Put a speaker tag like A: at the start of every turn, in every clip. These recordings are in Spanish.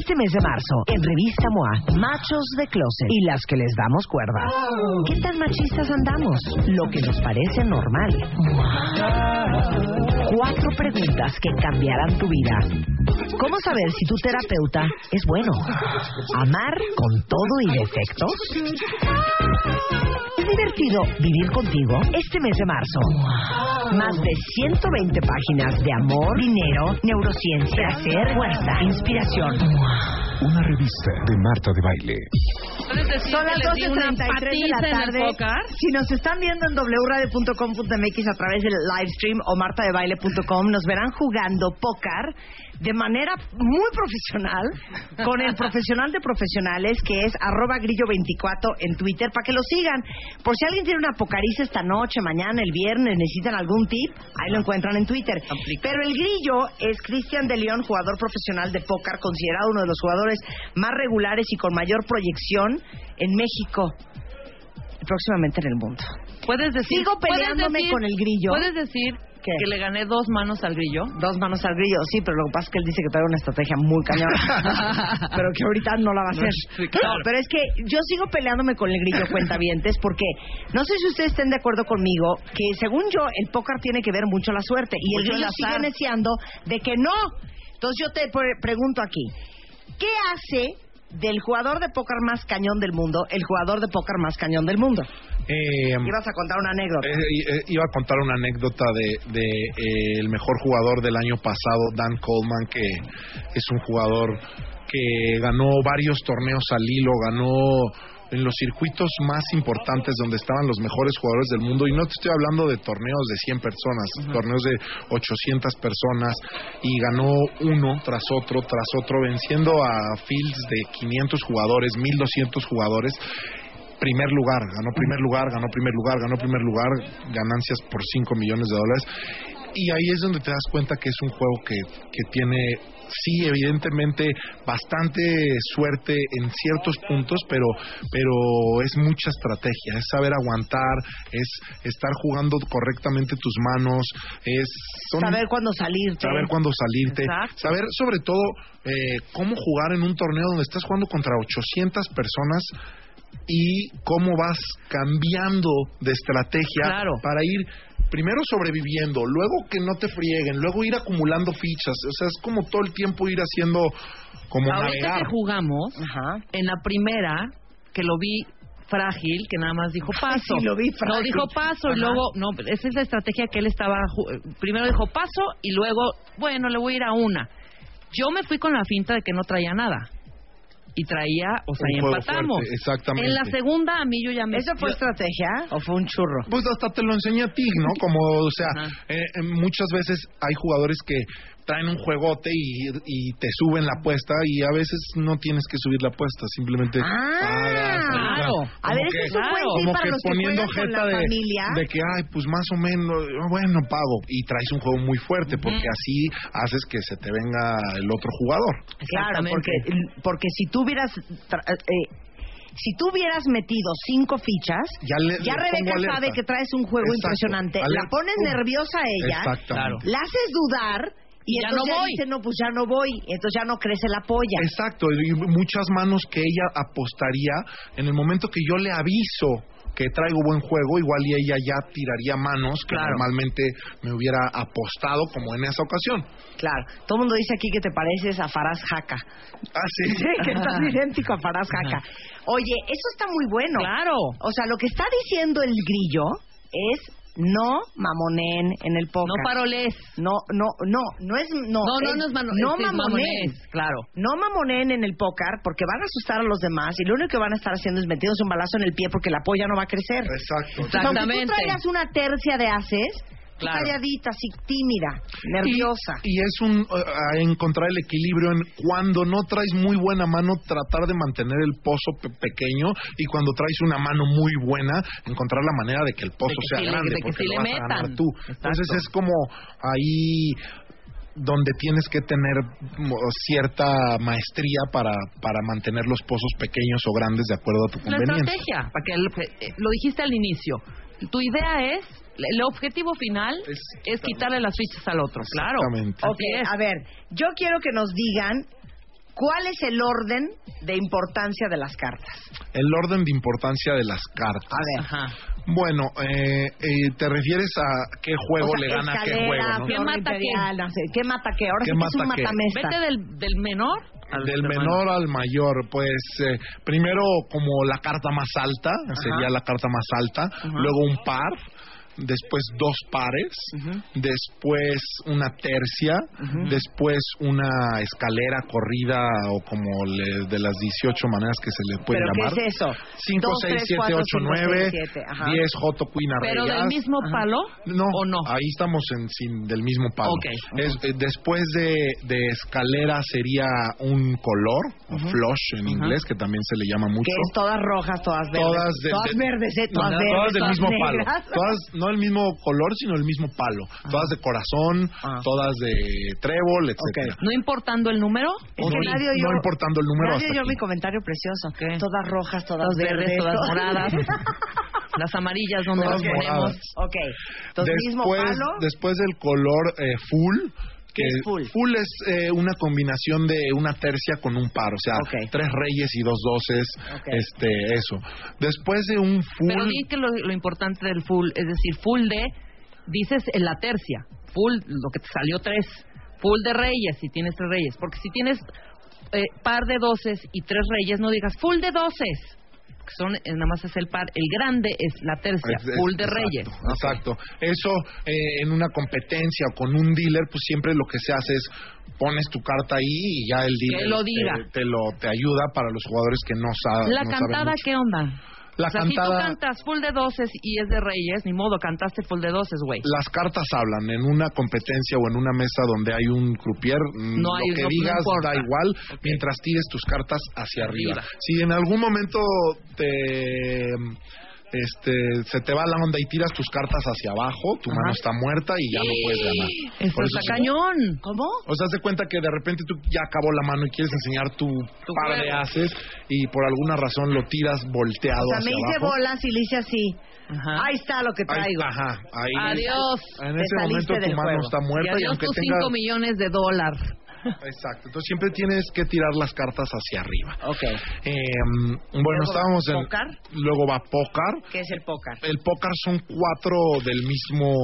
A: Este mes de marzo, en Revista MOA, machos de closet y las que les damos cuerda. ¿Qué tan machistas andamos? Lo que nos parece normal. MOA. Cuatro preguntas que cambiarán tu vida. ¿Cómo saber si tu terapeuta es bueno? ¿Amar con todo y defectos? ¿Es divertido vivir contigo? Este mes de marzo, más de 120 páginas de amor, dinero, neurociencia, placer, fuerza, inspiración.
B: Una revista de Marta de Baile.
C: Son las 12.33 de la tarde. Si nos están viendo en wradio.com.mx a través del live stream o martadebaile.com, nos verán jugando póker de manera muy profesional con el profesional de profesionales que es arroba grillo24 en Twitter para que lo sigan. Por si alguien tiene una pocariza esta noche, mañana, el viernes, necesitan algún tip, ahí lo encuentran en Twitter. Pero el grillo es Cristian de León, jugador profesional de póker, considerado uno de los jugadores más regulares y con mayor proyección en México y próximamente en el mundo.
D: Puedes decir,
C: Sigo
D: puedes
C: peleándome
D: decir-
C: con el grillo.
D: Puedes decir
C: ¿Qué?
D: que le gané dos manos al grillo.
C: Dos manos al grillo, sí, pero lo que pasa es que él dice que trae una estrategia muy cañona, pero que ahorita no la va a hacer.
D: sí, claro.
C: Pero es que yo sigo peleándome con el grillo cuentavientes porque no sé si ustedes estén de acuerdo conmigo que según yo el póker tiene que ver mucho la suerte y el
D: Mucho el
C: grillo sigue
D: azar.
C: neciando de que no. Entonces yo te pre- pregunto aquí, ¿qué hace del jugador de póker más cañón del mundo el jugador de póker más cañón del mundo?
E: Eh,
C: Ibas a contar una anécdota.
E: eh, i- eh, iba a contar una anécdota de, de, eh, el mejor jugador del año pasado, Dan Coleman, que es un jugador que ganó varios torneos al hilo, ganó en los circuitos más importantes donde estaban los mejores jugadores del mundo y no te estoy hablando de torneos de 100 personas, torneos de 800 personas y ganó uno tras otro tras otro venciendo a fields de 500 jugadores, 1200 jugadores primer lugar, ganó primer lugar, ganó primer lugar, ganó primer lugar, ganancias por 5 millones de dólares. Y ahí es donde te das cuenta que es un juego que, que tiene, sí, evidentemente, bastante suerte en ciertos puntos, pero, pero es mucha estrategia, es saber aguantar, es estar jugando correctamente tus manos, es... son-
C: Saber cuándo salirte.
E: saber cuándo salirte,
C: Exacto.
E: saber sobre todo eh, cómo jugar en un torneo donde estás jugando contra 800 personas y cómo vas cambiando de estrategia
D: Claro.
E: para ir primero sobreviviendo, luego que no te frieguen, luego ir acumulando fichas, o sea, es como todo el tiempo ir haciendo como
D: Ahorita
E: navegar.
D: que jugamos,
C: Ajá.
D: en la primera, que lo vi frágil, que nada más dijo
C: Ay,
D: paso.
C: sí, lo vi
D: no,
C: frágil.
D: dijo paso
C: Ajá.
D: y luego, no, esa es la estrategia que él estaba, ju- primero dijo paso y luego, bueno, le voy a ir a una. Yo me fui con la finta de que no traía nada. Y traía, o sea,
E: Un
D: y
E: juego
D: empatamos.
E: fuerte, exactamente.
D: En la segunda a mí yo ya me...
C: ¿Eso fue
D: yo-
C: estrategia o fue un churro?
E: Pues hasta te lo enseñé a ti, ¿no? Como, o sea,
D: Ajá.
E: eh, eh, muchas veces hay jugadores que traen un juegote y, y te suben la apuesta y a veces no tienes que subir la apuesta, simplemente... pagas,
C: Ah,
D: claro.
E: o sea,
C: A ver,
E: como
C: ese
E: que-
C: es un buen tip
E: como
C: para
E: que
C: los que
E: poniendo
C: juegan con
E: jeta
C: la
E: de,
C: familia.
E: de que, ay, pues más o menos, bueno, pago. Y traes un juego muy fuerte porque así haces que se te venga el otro jugador.
C: Claro,
D: Exactamente.
C: porque, porque si tú hubieras... tra- eh, si tú hubieras metido cinco fichas,
E: Ya le- le
C: Rebeca
E: pongo alerta.
C: sabe que traes un juego
E: Exacto.
C: impresionante.
E: Alerta.
C: La pones
E: Uh,
C: nerviosa a ella,
E: Exactamente.
C: la haces dudar y
D: Ya
C: entonces
D: no
C: ella
D: voy.
C: dice, no, pues ya no voy. Entonces ya no crece la polla.
E: Exacto, y muchas manos que ella apostaría en el momento que yo le aviso que traigo buen juego, igual y ella ya tiraría manos que
D: Claro.
E: normalmente me hubiera apostado como en esa ocasión.
C: Claro. Todo el mundo dice aquí que te pareces a Faraz Jaca.
E: Ah, sí.
C: que estás idéntico a Faraz Jaca. Oye, eso está muy bueno.
D: Claro.
C: O sea, lo que está diciendo el grillo es no mamonén en el póker.
D: No paroles.
C: No, no, no, no es no.
D: No, no,
C: es-
D: no es mano- este,
C: no
D: es- es
C: mamonén.
D: mamonés, claro.
C: No mamonén en el póker porque van a asustar a los demás y lo único que van a estar haciendo es metiéndose un balazo en el pie porque la polla no va a crecer.
E: Exacto.
C: Aunque tú
D: Pues, Exactamente.
C: traigas una tercia de haces, tú
D: Claro.
C: calladita, así tímida, nerviosa.
E: Y, y es un eh, a encontrar el equilibrio en cuando no traes muy buena mano, tratar de mantener el pozo pe- pequeño y cuando traes una mano muy buena, encontrar la manera de que el pozo
D: De que
E: sea
D: sí le-
E: grande
D: de que
E: porque
D: sí
E: lo
D: le
E: vas a ganar
D: metan.
E: tú. Entonces es como ahí donde tienes que tener mo- cierta maestría para, para mantener los pozos pequeños o grandes de acuerdo a tu
D: La
E: conveniencia.
D: estrategia, para que el- eh, lo dijiste al inicio. Tu idea es, el objetivo final
E: Es-
D: es quitarle las fichas al otro, claro.
C: Eh,
E: Exactamente.
D: Así
C: Ok,
D: es.
C: a ver, yo quiero que nos digan ¿Cuál es el orden de importancia de las cartas?
E: El orden de importancia de las cartas.
C: A ver.
D: Ajá.
E: Bueno, eh, eh, ¿te refieres a qué juego
C: O sea,
E: le gana a qué
C: escalera,
E: juego? ¿no?
D: ¿Qué
C: flor
D: mata qué?
C: imperial, no sé, ¿Qué mata qué? Ahora sí
E: ¿Qué
C: que es un
E: mata qué?
C: matamesta.
D: Vete del, del menor al
E: Del
D: hermano.
E: menor al mayor, pues eh, primero como la carta más alta, sería la carta más alta, luego un par, después dos pares, después una tercia, después una escalera corrida o como le- de las 18 maneras que se le puede
C: ¿Pero
E: llamar.
C: qué es eso?
E: 5,
C: Dos,
E: 6,
C: tres,
E: 7,
C: cuatro,
E: 8,
C: cinco,
E: 9,
C: seis, siete, ajá.
E: 10, Joto, Queen,
D: ¿Pero del
E: Arreyas.
D: mismo palo
E: No,
D: o no?
E: ahí estamos en, sin, del mismo palo.
D: Ok.
E: Es- eh, después de, de escalera sería un color, o flush en inglés, que también se le llama mucho.
C: Que es todas rojas, todas verdes.
E: Todas de-
C: todas
E: de-
C: verdes, eh, todas
E: Todas
C: verdes.
E: del mismo
C: negras.
E: palo. Todas, no el mismo color, sino el mismo palo. Todas de corazón,
C: Ah.
E: todas de trébol, etcétera.
D: No importando el número.
C: Es que
E: No-
C: nadie
E: no
C: oyó-
E: importando el número
C: Nadie
E: hasta
C: oyó
E: aquí.
C: mi comentario precioso.
D: ¿Qué?
C: Todas rojas, todas,
D: Todas verdes,
C: verdes,
D: todas moradas. Las amarillas donde
E: Todas
D: las ponemos.
E: moradas.
C: Ok. Entonces, mismo
E: después,
C: palo.
E: después del color eh, full. Que
C: ¿Qué es full?
E: es eh, una combinación de una tercia con un par, o sea,
C: Ok.
E: tres reyes y dos doces,
C: Ok.
E: este, eso. Después de un full,
D: Pero di que lo, lo importante del full, es decir, full de, dices en la tercia, full, lo que te salió tres, full de reyes, si tienes tres reyes, porque si tienes eh, par de doces y tres reyes, no digas full de doces, que son, eh, nada más es el par, el grande es la tercia,
E: Es- es-
D: full de
E: exacto,
D: reyes.
E: Exacto. Eso eh, en una competencia o con un dealer, pues siempre lo que se hace es pones tu carta ahí y ya el dealer
D: lo diga.
E: Te, te lo te ayuda para los jugadores que Ah, no saben.
D: La cantada, ¿qué onda?
E: La
D: o sea,
E: cantada-
D: si tú cantas full de doces y es de reyes, ni modo, cantaste full de doces, güey.
E: las cartas hablan en una competencia o en una mesa donde hay un croupier, mm,
D: No hay-
E: lo que
D: no- no
E: digas
D: importa.
E: da igual mientras tires tus cartas hacia arriba.
D: Arriba.
E: Si en algún momento te este se te va la onda y tiras tus cartas hacia abajo, tu mano está muerta y ya no puedes ganar.
D: Eso
E: Por
D: está
E: sí.
D: cañón. ¿Cómo?
E: O sea, haz de cuenta que de repente tú ya acabó la mano y quieres enseñar tu, par de
D: juego.
E: haces y por alguna razón lo tiras volteado
C: O sea, me
E: hacia
C: hice
E: abajo.
C: bolas y le hice así.
D: Ajá.
C: Ahí está lo que
E: Ahí-
C: traigo.
E: ajá, ahí-
D: Adiós.
E: En
C: Te
E: ese
C: saliste
E: momento tu
C: del
E: mano
C: juego.
E: está
D: Y
E: muerta y,
D: adiós
E: aunque
D: tus
E: tengas
D: 5 millones de dólares.
E: Exacto. Entonces siempre tienes que tirar las cartas hacia arriba.
C: Ok.
E: Eh, bueno,
C: Luego
E: estábamos en.
C: pócar.
E: Luego va pócar.
C: ¿Qué es el póker?
E: El pócar son cuatro del mismo,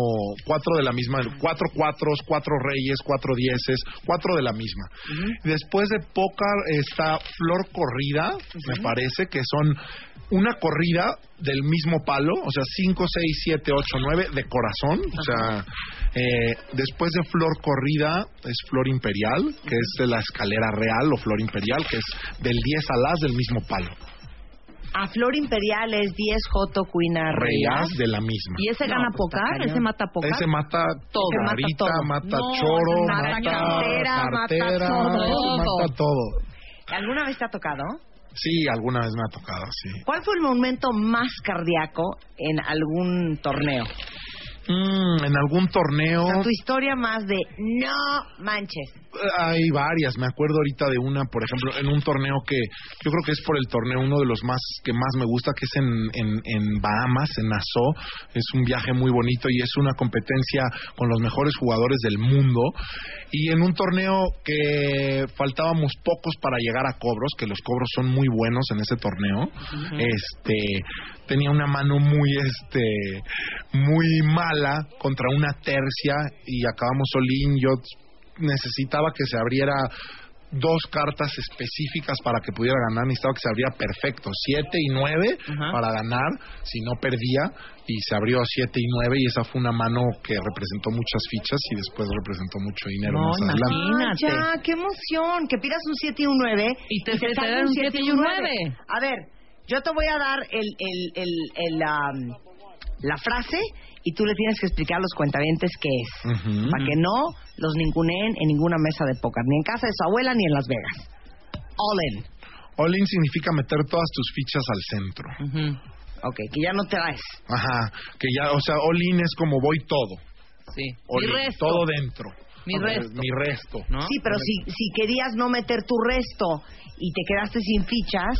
E: cuatro de la misma, cuatro cuatros, cuatro reyes, cuatro dieces, cuatro de la misma. Después de pócar está flor corrida, me parece que son una corrida del mismo palo, o sea, cinco, seis, siete, ocho, nueve de corazón, o sea, eh, después de flor corrida es flor imperial, que es de la escalera real o flor imperial, que es del 10 al as del mismo palo,
C: A Flor Imperial es 10 Joto Cuina
E: rey
C: Reyes.
E: as de la misma.
D: ¿Y ese
C: No,
D: gana
C: pues, está
D: pocar?
C: cañón.
D: ¿Ese mata pocar?
E: Ese mata
D: Todo.
E: carita,
D: Mata todo.
E: mata
D: No,
E: choro,
D: mata
E: mata
C: cartera, mata
E: cartera,
C: todo.
E: mata todo.
C: ¿Alguna vez te ha tocado?
E: Sí, alguna vez me ha tocado, sí.
C: ¿Cuál fue el momento más cardíaco en algún torneo?
E: Mm, en algún torneo
C: O sea, tu historia más de no manches.
E: eh, hay varias. Me acuerdo ahorita de una, por ejemplo, en un torneo que yo creo que es por el torneo uno de los más que más me gusta, que es en, en, en Bahamas, en Nassau. Es un viaje muy bonito y es una competencia con los mejores jugadores del mundo. Y en un torneo que faltábamos pocos para llegar a cobros, que los cobros son muy buenos en ese torneo. Este tenía una mano muy este muy mala contra una tercia y acabamos Solín, yo necesitaba que se abriera dos cartas específicas para que pudiera ganar, necesitaba que se abriera perfecto, siete y nueve
D: Ajá.
E: para ganar, si no perdía, y se abrió siete y nueve y esa fue una mano que representó muchas fichas y después representó mucho dinero
D: No,
E: más adelante.
D: Imagínate.
C: Ah, ya, qué emoción. Que pidas un 7 y un 9.
D: Y te- te
C: salga
D: dan un siete y un nueve.
C: A ver, yo te voy a dar el, el, el, el, am, la frase y tú le tienes que explicar a los cuentavientes qué es.
E: Ujú.
C: Para que no los ninguneen en ninguna mesa de póker, ni en casa de su abuela ni en Las Vegas. All in.
E: All in significa meter todas tus fichas al centro.
D: Ujú.
C: Ok, que ya no te traes.
E: Ajá, que ya, o sea, all in es como voy todo,
D: Sí.
E: all
D: Mi
E: in,
D: resto.
E: todo dentro.
D: Mi
E: Ok,
D: resto.
E: Mi resto.
D: ¿no?
C: Sí, pero si, si querías no meter tu resto y te quedaste sin fichas,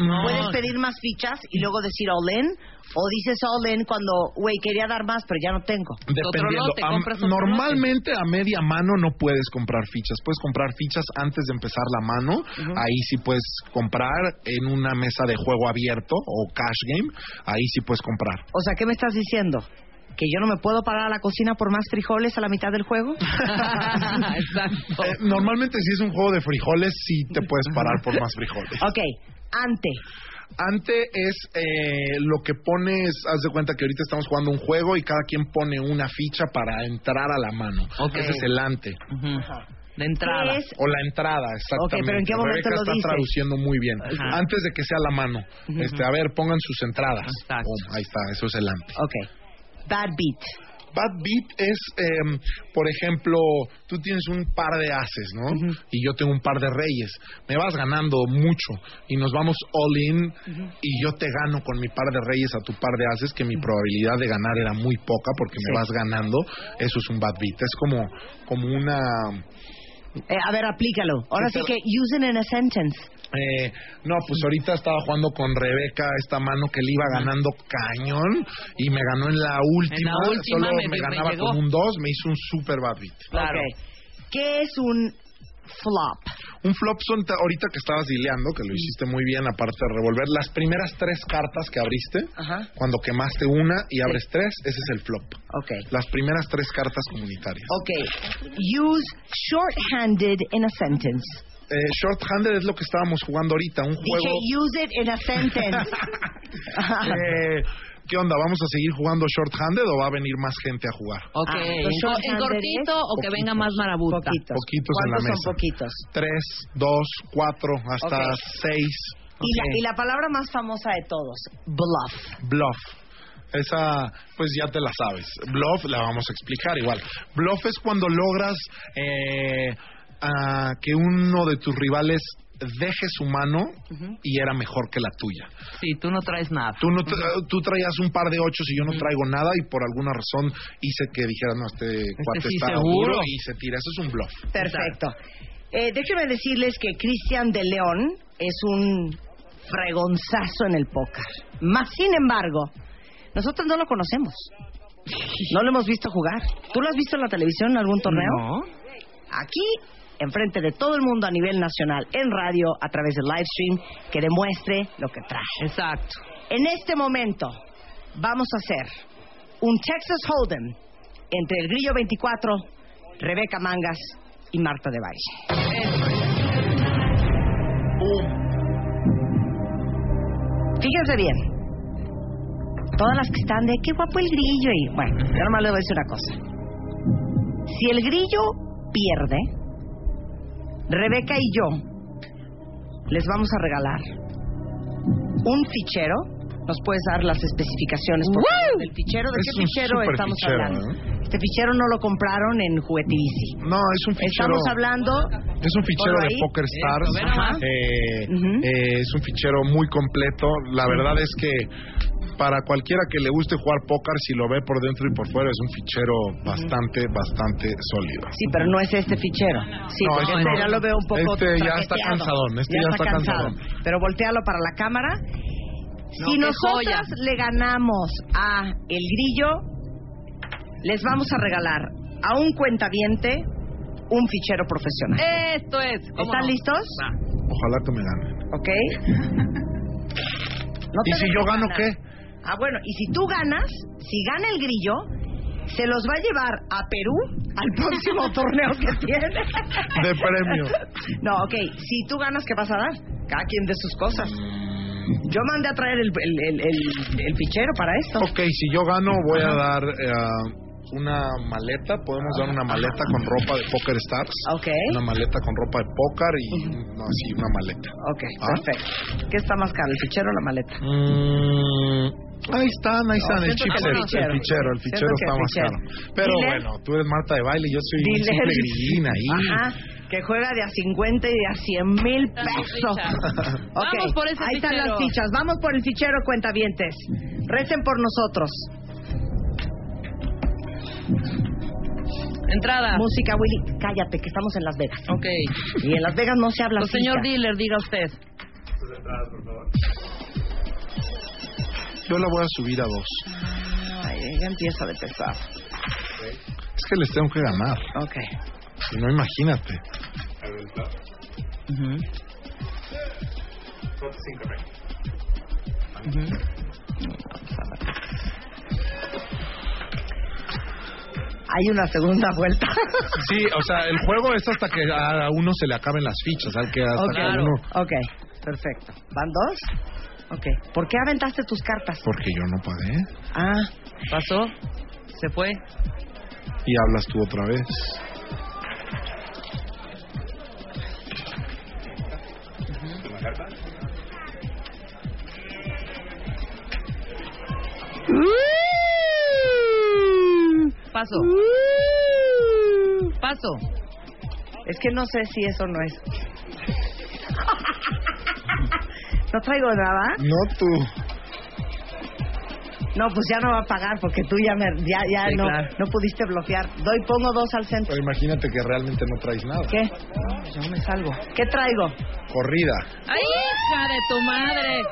E: Ah.
D: No.
C: Puedes pedir más fichas y luego decir all in, o dices all in cuando, güey, quería dar más, pero ya no tengo.
E: Dependiendo.
D: lote,
E: Am-
D: compras otro
E: normalmente a media mano no puedes comprar fichas. Puedes comprar fichas antes de empezar la mano. Ahí sí puedes comprar en una mesa de juego abierto o cash game. Ahí sí puedes comprar.
C: O sea, ¿qué me estás diciendo? ¿Que yo no me puedo parar a la cocina por más frijoles a la mitad del juego?
D: Exacto.
E: Eh, normalmente si es un juego de frijoles sí te puedes parar por más frijoles.
C: ok, ante.
E: Ante es eh, lo que pones, haz de cuenta que ahorita estamos jugando un juego y cada quien pone una ficha para entrar a la mano.
D: Ok.
E: Ese es el ante.
D: Ujú. De entrada.
C: ¿Qué es?
E: O la entrada,
C: Ok,
E: exactamente.
C: pero ¿en qué momento
E: Rebeca
C: lo
E: está
C: dices?
E: traduciendo muy bien.
D: Ajá.
E: Antes de que sea la mano. Este, a ver, pongan sus entradas.
D: Exacto.
E: Pum, ahí está, eso es el ante.
C: Ok. Bad beat.
E: Bad beat es, em, por ejemplo, tú tienes un par de ases, ¿no? Y yo tengo un par de reyes. Me vas ganando mucho y nos vamos all in y yo te gano con mi par de reyes a tu par de ases, que mi probabilidad de ganar era muy poca porque me vas ganando. Eso es un bad beat. Es como, como una...
C: Eh, a ver, aplícalo. Ahora sí
E: Esa-
C: que using in a sentence.
E: Eh, no, pues ahorita estaba jugando con Rebeca esta mano que le iba ganando cañón y me ganó en la última.
D: última
E: solo
D: me-
E: me,
D: me
E: ganaba
D: llegó.
E: con un 2, me hizo un super bad beat.
D: Claro.
C: Ok. ¿Qué es un flop?
E: Un flop son ta- ahorita que estabas dileando, que lo hiciste muy bien, aparte de revolver, las primeras tres cartas que abriste,
C: Ajá.
E: cuando quemaste una y abres tres, ese es el flop.
C: Ok.
E: Las primeras tres cartas comunitarias.
C: Ok. Use shorthanded in a sentence.
E: Eh, shorthanded es lo que estábamos jugando ahorita, un
C: Dije
E: juego...
C: use it in a sentence.
E: Eh, ¿Qué onda? ¿Vamos a seguir jugando shorthanded o va a venir más gente a jugar?
D: Ok.
C: Ah,
D: en,
C: los
D: co-
C: shorts
D: en
C: under
D: cortito o que
E: poquitos.
D: venga más marabunta.
C: poquitos.
E: Poquitos en la
C: ¿Cuántos
E: mesa.
C: son poquitos?
E: Tres, dos, cuatro, hasta
C: Ok.
E: seis.
C: Y, la, y la palabra más famosa de todos, bluff.
E: Bluff. Esa, pues ya te la sabes. Bluff, la vamos a explicar igual. Bluff es cuando logras eh, ah, que uno de tus rivales deje su mano y era mejor que la tuya.
D: Sí, tú no traes nada.
E: Tú, no tra- tú traías un par de ochos y yo no traigo nada y por alguna razón hice que dijeras, no, este, cuate
D: sí,
E: está
D: seguro.
E: duro y se tira. Eso es un bluff.
C: Perfecto. Eh, déjenme decirles que Cristian de León es un fregonzazo en el póker. Más sin embargo, nosotros no lo conocemos. No lo hemos visto jugar. ¿Tú lo has visto en la televisión en algún torneo?
D: No.
C: Aquí, enfrente de todo el mundo a nivel nacional, en radio, a través del live stream, que demuestre lo que trae.
D: Exacto.
C: En este momento vamos a hacer un Texas Hold'em entre el Grillo 24, Rebeca Mangas y Marta de Valle. Fíjense bien. Todas las que están de qué guapo el grillo y bueno, yo nomás le voy a decir una cosa. Si el grillo pierde, Rebeca y yo les vamos a regalar un fichero. Nos puedes dar las especificaciones por favor, del fichero. ¿De
E: Es
C: qué
E: un
C: fichero
E: super
C: estamos
E: fichero,
C: hablando? Este fichero no lo compraron en Juguetivici.
E: No, es un fichero.
C: Estamos hablando.
E: Es un fichero
C: Ponlo
E: de
C: ahí.
E: Poker Stars.
D: Eso, ve nomás.
E: Eh,
C: Ujú.
E: eh, es un fichero muy completo. La verdad es que para cualquiera que le guste jugar póker, si lo ve por dentro y por fuera, es un fichero bastante, bastante sólido.
C: Sí, pero no es este fichero. Sí,
E: No,
C: porque
E: este
C: este
E: no.
C: ya lo veo un poco.
E: Este ya está
C: traqueteado.
E: cansadón, este ya está cansadón.
C: Pero voltealo para la cámara.
D: No,
C: si
D: qué
C: nosotras
D: joya.
C: le ganamos a El Grillo, les vamos a regalar a un cuentaviente un fichero profesional.
D: Esto es. Eh, ¿cómo
C: ¿Están
D: no?
C: listos?
D: Va.
E: Ojalá que me gane.
C: ¿Ok? No
E: ¿Y
C: te
E: si
C: dejes
E: yo gano
C: ganar.
E: qué?
C: Ah, bueno, y si tú ganas, si gana el grillo, se los va a llevar a Perú al próximo torneo que tiene.
E: De premio.
C: No, ok, si tú ganas, ¿qué vas a dar? Cada quien de sus cosas. Yo mandé a traer el, el, el, el- el fichero para esto.
E: Ok, si yo gano, voy a dar eh, una maleta. Podemos dar una maleta con ropa de Poker Stars.
C: Ok.
E: Una maleta con ropa de póker y un- así, una maleta.
C: Ok,
E: Ah.
C: perfecto. ¿Qué está más caro, el fichero o la maleta?
E: Mm, ahí están, ahí están, el
C: siento que
E: chipset,
C: el fichero.
E: el fichero, el fichero
C: Siento que
E: está
C: el
E: más
C: fichero.
E: caro. Pero
C: Dile-
E: bueno, tú eres Marta de baile, yo soy un
C: Dile-
E: simple grillín ahí.
C: Ajá, que juega de a 50 y de a 100 mil pesos.
D: fichas.
C: Ok,
D: Vamos por ese
C: Ahí están
D: fichero.
C: las fichas. Vamos por el fichero, cuentavientes. Recen por nosotros.
D: Entrada.
C: Música, Willy. Cállate, que estamos en Las Vegas.
D: Ok.
C: Y en Las Vegas no se habla
D: Pues,
C: así.
D: señor dealer, diga usted.
E: Yo la voy a subir a dos.
C: Ay, ya empiezo a detestar.
E: Es que les tengo que ganar.
C: Ok.
E: Si no, imagínate.
C: Ujú. Ujú. Hay una segunda vuelta.
E: Sí, o sea, el juego es hasta que a uno se le acaben las fichas, al que hasta
C: ok,
E: que uno...
C: ok, perfecto. ¿Van dos? Ok. ¿Por qué aventaste tus cartas?
E: Porque yo no pagué.
C: Ah,
D: Pasó, se fue.
E: Y hablas tú otra vez.
D: Paso. Paso.
C: es que no sé si eso no es. ¿No traigo nada?
E: No tú.
C: No, pues ya no va a pagar porque tú ya, me, ya, ya
D: Sí,
C: no,
D: claro.
C: no pudiste bloquear. Doy, pongo dos al centro.
E: Pero imagínate que realmente no traes nada.
C: ¿Qué? No, yo me salgo. ¿Qué traigo?
E: Corrida.
D: ¡Ay, hija de tu madre!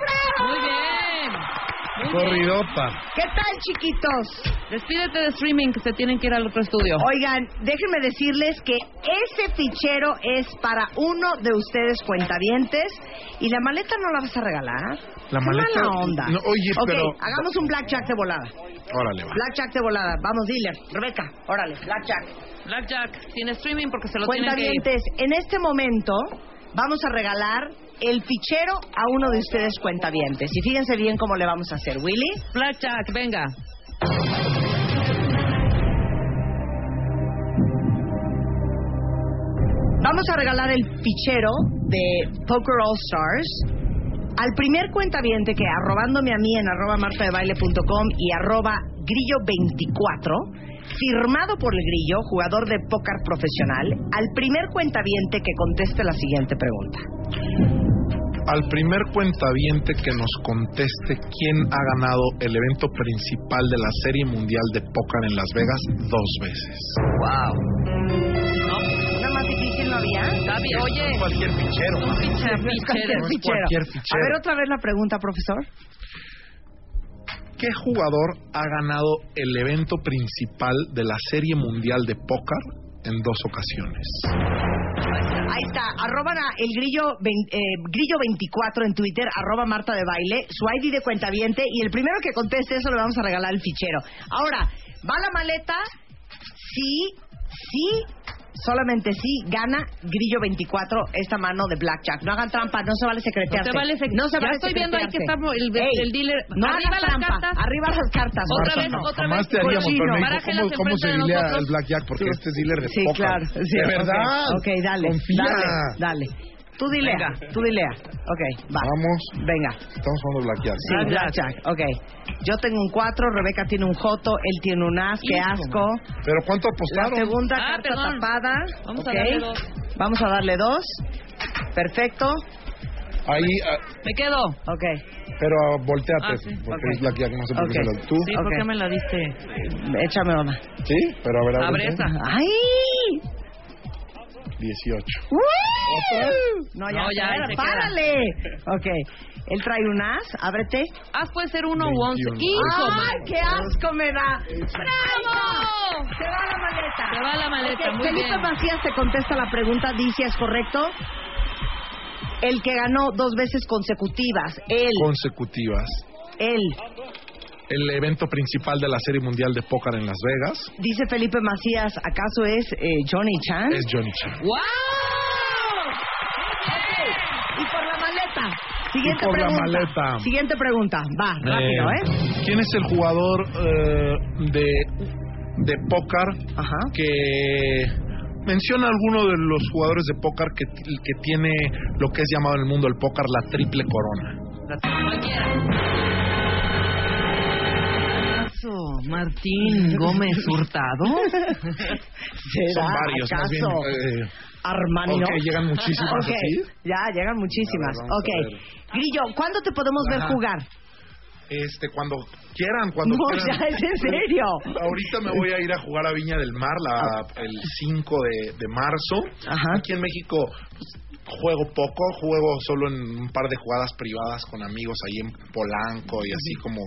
D: Muy
C: Ah.
D: bien. Muy bien.
E: Corridota.
C: ¿Qué tal, chiquitos?
D: Despídete de streaming, que se tienen que ir al otro estudio.
C: Oigan, déjenme decirles que ese fichero es para uno de ustedes cuentavientes y la maleta no la vas a regalar.
E: La
C: Qué
E: maleta-
C: mala onda.
E: No, oye,
C: Ok,
E: pero-
C: hagamos un blackjack de volada.
E: Órale, va.
C: Blackjack de volada. Vamos, dealer. Rebeca, órale, blackjack.
D: Blackjack, tiene streaming porque se lo tienen que ir.
C: Cuentavientes, en este momento vamos a regalar el fichero a uno de ustedes cuentavientes. Y fíjense bien cómo le vamos a hacer, Willy.
D: Blackjack, venga.
C: Vamos a regalar el fichero de Poker All Stars al primer cuentaviente que arrobándome a mí en arroba martadebaile.com y arroba grillo24, firmado por el grillo, jugador de póker profesional, al primer cuentaviente que conteste la siguiente pregunta.
E: Al primer cuentaviente que nos conteste quién ha ganado el evento principal de la Serie Mundial de Póker en Las Vegas dos veces.
C: Una más difícil no había.
D: Gaby, oye.
E: Cualquier fichero. ma.
C: No es
D: Picha, pichero.
E: No es cualquier fichero.
C: A ver otra vez la pregunta, profesor.
E: ¿Qué jugador ha ganado el evento principal de la Serie Mundial de Póker en dos ocasiones?
C: Ahí está, arroban a el grillo, vein- eh, grillo 24 en Twitter, arroba Marta de Baile, su ID de cuentaviente y el primero que conteste eso le vamos a regalar el fichero. Ahora, ¿va la maleta? Sí, sí, solamente sí, gana Grillo 24 esta mano de Blackjack. No hagan trampa, no se vale
D: No
C: secretearse.
D: se vale sec-
C: No se
D: Ya
C: vale
D: estoy viendo ahí que está
C: secretearse.
D: el-
C: Ey,
D: el dealer.
C: No
D: Arriba
C: hagan
D: las
C: trampa,
D: cartas.
C: arriba las cartas.
D: Otra
C: Marta,
D: vez,
C: no.
D: otra
E: Jamás
D: vez,
E: te haríamos,
C: cochino.
E: pero me dijo,
D: Bájalas
E: ¿cómo, cómo se
D: enfrente de
E: dilea
D: nosotros.
E: el blackjack? Porque este es dealer de
C: Sí,
E: póker.
C: claro. Sí,
E: de
C: ok,
E: verdad.
C: Ok, dale.
E: Confía.
C: Dale, dale. Tú dilea,
D: Venga.
C: tú dilea. Ok, va.
E: Vamos,
C: Venga.
E: estamos jugando blackjack.
C: Sí, blackjack. Ok. Yo tengo un 4, Rebeca tiene un joto, él tiene un as, qué
D: Híjole.
C: asco.
E: ¿Pero cuánto
C: La
E: apostaron?
C: segunda
D: Ah,
C: carta
D: perdón.
C: tapada.
D: Vamos a
C: ok.
D: darle dos.
C: Vamos a darle dos. Perfecto.
E: Ahí, ah,
D: Me quedo.
C: Ok.
E: pero volteate,
D: Ah, sí,
E: porque
C: ok.
E: es blackjack, no sé por qué
C: Ok.
E: se lo... ¿Tú?
D: Sí, ¿por
C: Ok.
D: qué me la diste?
C: Échame una.
E: Sí, pero a ver...
D: Abre
E: voltea.
D: esa.
C: ¡Ay!
E: 18.
C: ¡Woo! No, ya,
D: No, ya,
C: párale,
D: se queda.
C: párale. Ok. Él trae un as, ábrete.
D: Ah, puede ser uno u once.
E: 21.
D: ¡Hijo!
C: ¡Ay, qué asco me da!
D: ¡Bravo!
C: Se va la maleta.
D: Se va la maleta,
C: Ok,
D: muy
C: Felipe
D: bien.
C: Macías te contesta la pregunta, dice es correcto. El que ganó dos veces consecutivas, él,
E: Consecutivas.
C: él,
E: El evento principal de la Serie Mundial de Póker en Las Vegas
C: dice Felipe Macías, ¿acaso es eh, Johnny Chan?
E: es Johnny Chan.
D: ¡Wow!
C: Y por la maleta. Siguiente
E: por la
C: pregunta.
E: maleta.
C: Siguiente pregunta, va, rápido, ¿eh?
E: Eh, ¿Quién es el jugador eh, de, de póker
C: Ajá.
E: que menciona alguno de los jugadores de póker que, que tiene lo que es llamado en el mundo del póker la triple corona?
D: Cualquiera. Acaso, Martín Gómez Hurtado.
C: ¿Será
E: Son varios, más bien,
C: acaso
E: eh,
C: Armani,
E: ok, llegan muchísimas
C: Ok,
E: así.
C: Ya, llegan muchísimas.
E: A ver, vamos
C: ok.
E: a ver.
C: Grillo, ¿cuándo te podemos ver
E: Ajá.
C: jugar?
E: Este, cuando quieran, cuando
C: no,
E: quieran.
C: ya es en serio.
E: Ahorita me voy a ir a jugar a
D: Ah.
E: Viña del Mar la, el 5 de, de marzo.
C: Ajá.
E: Aquí en México pues, Juego poco, juego solo en un par de jugadas privadas con amigos ahí en Polanco y así como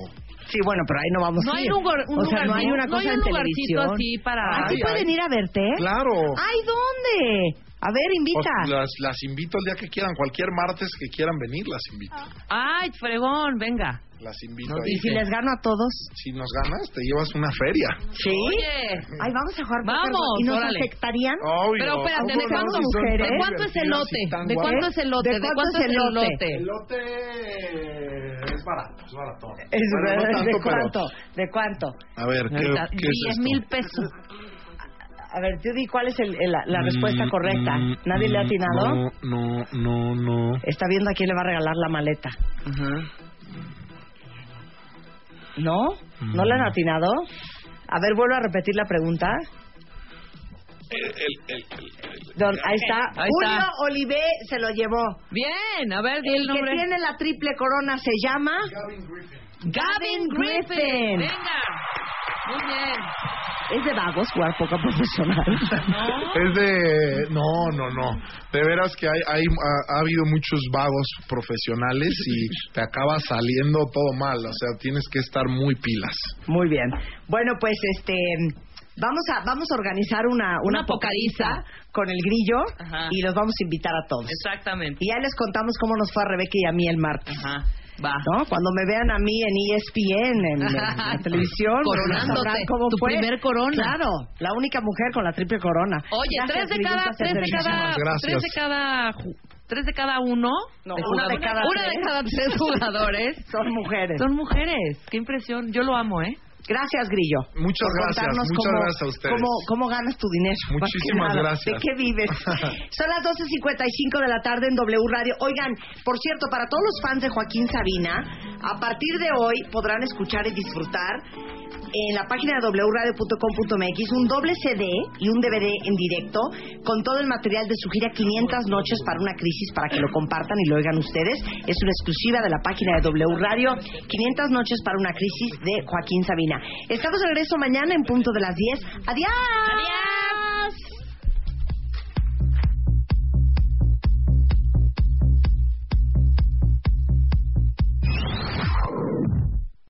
C: Sí, bueno, pero ahí no vamos
D: No
C: a
D: hay
C: ir.
D: un lugar- un
C: o sea, no
D: lugar-
C: hay una
D: no
C: cosa
D: hay un
C: en
D: lugarcito
C: televisión.
D: así para-
C: Aquí
E: Ay,
C: pueden
E: ay.
C: ir a verte.
D: ¿Eh?
C: ¿eh?
E: Claro.
D: Ah,
C: Ay, ¿dónde? A ver, invita.
E: Pues, las, las invito el día que quieran, cualquier martes que quieran venir, las invito.
D: Ay, fregón, venga.
E: Las
D: Ah.
E: invito
D: No,
E: ahí.
C: y si les gano a todos.
E: Si nos ganas, te llevas una feria.
C: Sí.
D: Oye.
C: Ay, vamos a jugar.
D: Vamos,
C: póker, ¿Y nos
D: órale.
C: afectarían?
E: Obvio.
D: Pero espérate,
E: ¿Cómo
D: ¿de
E: no?
D: cuánto,
E: Si son tan
D: ¿de cuánto es el
E: divertidos
D: lote?
E: y tan
D: ¿De
E: guapos.
D: cuánto es el lote?
C: ¿De cuánto es el lote?
E: El lote es barato, es barato.
C: Es
E: Bueno,
C: verdad,
E: no tanto,
C: ¿De
E: pero-
C: cuánto? ¿De cuánto?
E: A ver, ¿qué,
D: Ahorita,
E: qué es
D: 10
E: esto?
D: mil pesos.
C: A ver, Judy, ¿cuál es el- el- la, la respuesta
E: Mm,
C: correcta?
E: mm,
C: ¿Nadie le ha
E: mm,
C: atinado?
E: No, no, no, no.
C: Está viendo a quién le va a regalar la maleta. ¿No? ¿No le han
D: Mm.
C: atinado? A ver, vuelvo a repetir la pregunta. Don, ahí está.
D: Ahí
C: Julio
D: está.
C: Olivé se lo llevó.
D: Bien, a ver, di el
C: El que
D: nombre.
C: tiene la triple corona se llama.
D: Gavin Griffin.
C: Griffin.
D: Venga. Muy bien.
C: Es de vagos jugar poco profesional.
E: Es de... No, no, no. De veras que hay, hay, ha, ha habido muchos vagos profesionales y te acaba saliendo todo mal. O sea, tienes que estar muy pilas.
C: Muy bien. Bueno, pues este vamos a vamos a organizar una una,
D: Una pocariza.
C: pocariza con el grillo
D: Ajá.
C: y los vamos a invitar a todos.
D: Exactamente.
C: Y ya les contamos cómo nos fue a Rebeca y a mí el martes.
D: Ajá. Va.
C: ¿No? Cuando me vean a mí en E ESPN, en, en la televisión,
D: Coronándote,
C: bueno, sabrán cómo
D: tu
C: fue.
D: primer corona.
C: Claro, la única mujer con la triple corona.
D: Oye,
C: Gracias,
D: tres de
C: Lili, un
D: cada,
C: placer
D: tres de
C: tenerte.
D: cada,
E: Muchísimas gracias.
D: tres de cada, ju- tres de cada uno.
C: No,
D: de
C: una de
D: jugadores.
C: cada
D: Una de
C: tres.
D: cada tres jugadores.
C: Son mujeres.
D: Son mujeres. Qué impresión. Yo lo amo, ¿eh?
C: Gracias, Grillo.
E: Muchas
C: por
E: gracias,
C: contarnos
E: muchas
C: cómo,
E: gracias a ustedes.
C: Cómo, cómo ganas tu dinero. más que
E: Muchísimas
C: nada.
E: gracias.
C: ¿De qué vives? Son las 12.55 de la tarde en W Radio. Oigan, por cierto, para todos los fans de Joaquín Sabina, a partir de hoy podrán escuchar y disfrutar en la página de wradio.com.mx un doble CD y un DVD en directo con todo el material de su gira 500 noches para una crisis para que lo compartan y lo oigan ustedes. Es una exclusiva de la página de W Radio 500 noches para una crisis de Joaquín Sabina. Estamos de regreso mañana en punto de las 10. Adiós.